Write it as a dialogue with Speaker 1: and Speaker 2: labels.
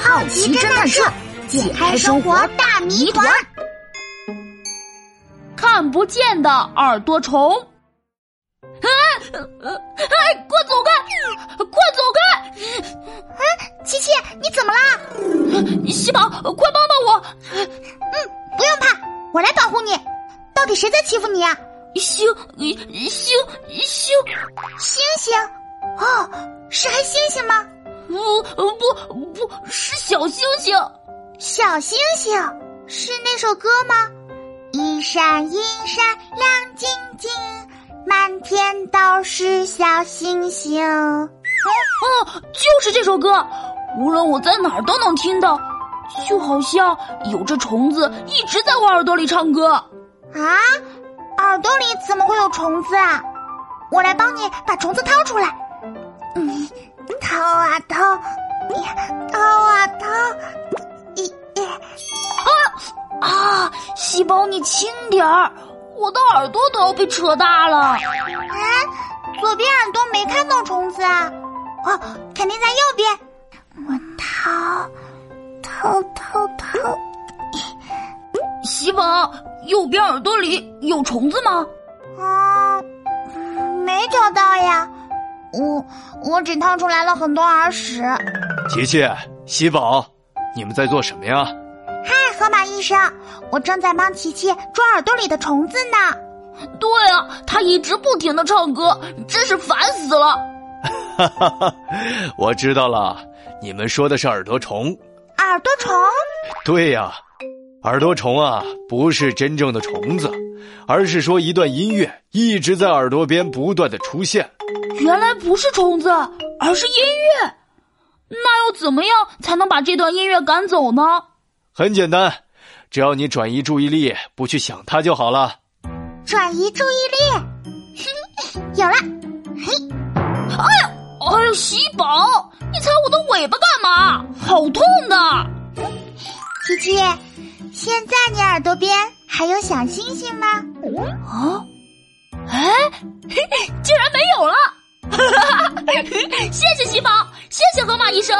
Speaker 1: 好奇侦探社，解开生活大谜团。
Speaker 2: 看不见的耳朵虫，哎哎，快走开！快走开！
Speaker 1: 哎，琪琪，你怎么啦？
Speaker 2: 喜宝，快帮帮我！
Speaker 1: 嗯，不用怕，我来保护你。到底谁在欺负你啊？
Speaker 2: 星星星
Speaker 1: 星星，哦，是黑星星吗？
Speaker 2: 不呃不不是小星星，啊
Speaker 1: 小星星是那首歌吗？一闪一闪亮晶晶，满天都是小星星。
Speaker 2: 哦、嗯，就是这首歌，无论我在哪儿都能听到，就好像有只虫子一直在我耳朵里唱歌。
Speaker 1: 啊，耳朵里怎么会有虫子啊？我来帮你把虫子掏出来。嗯。掏啊掏，掏啊掏！哎咦、
Speaker 2: 啊，啊啊！细胞，你轻点儿，我的耳朵都要被扯大了。啊，
Speaker 1: 左边耳朵没看到虫子啊，哦，肯定在右边。我掏，掏掏掏！
Speaker 2: 细胞，右边耳朵里有虫子吗？
Speaker 1: 啊，没找到呀。我我只掏出来了很多耳屎。
Speaker 3: 琪琪、喜宝，你们在做什么呀？
Speaker 1: 嗨，河马医生，我正在帮琪琪抓耳朵里的虫子呢。
Speaker 2: 对啊，他一直不停的唱歌，真是烦死了。
Speaker 3: 哈哈哈，我知道了，你们说的是耳朵虫。
Speaker 1: 耳朵虫？
Speaker 3: 对呀、啊，耳朵虫啊，不是真正的虫子，而是说一段音乐一直在耳朵边不断的出现。
Speaker 2: 原来不是虫子，而是音乐。那要怎么样才能把这段音乐赶走呢？
Speaker 3: 很简单，只要你转移注意力，不去想它就好了。
Speaker 1: 转移注意力，有 了！嘿，
Speaker 2: 哎呀，哎呀，喜宝，你踩我的尾巴干嘛？好痛的！
Speaker 1: 琪琪，现在你耳朵边还有小星星吗？
Speaker 2: 啊，哎， 竟然没有了！谢谢喜宝，谢谢河马医生。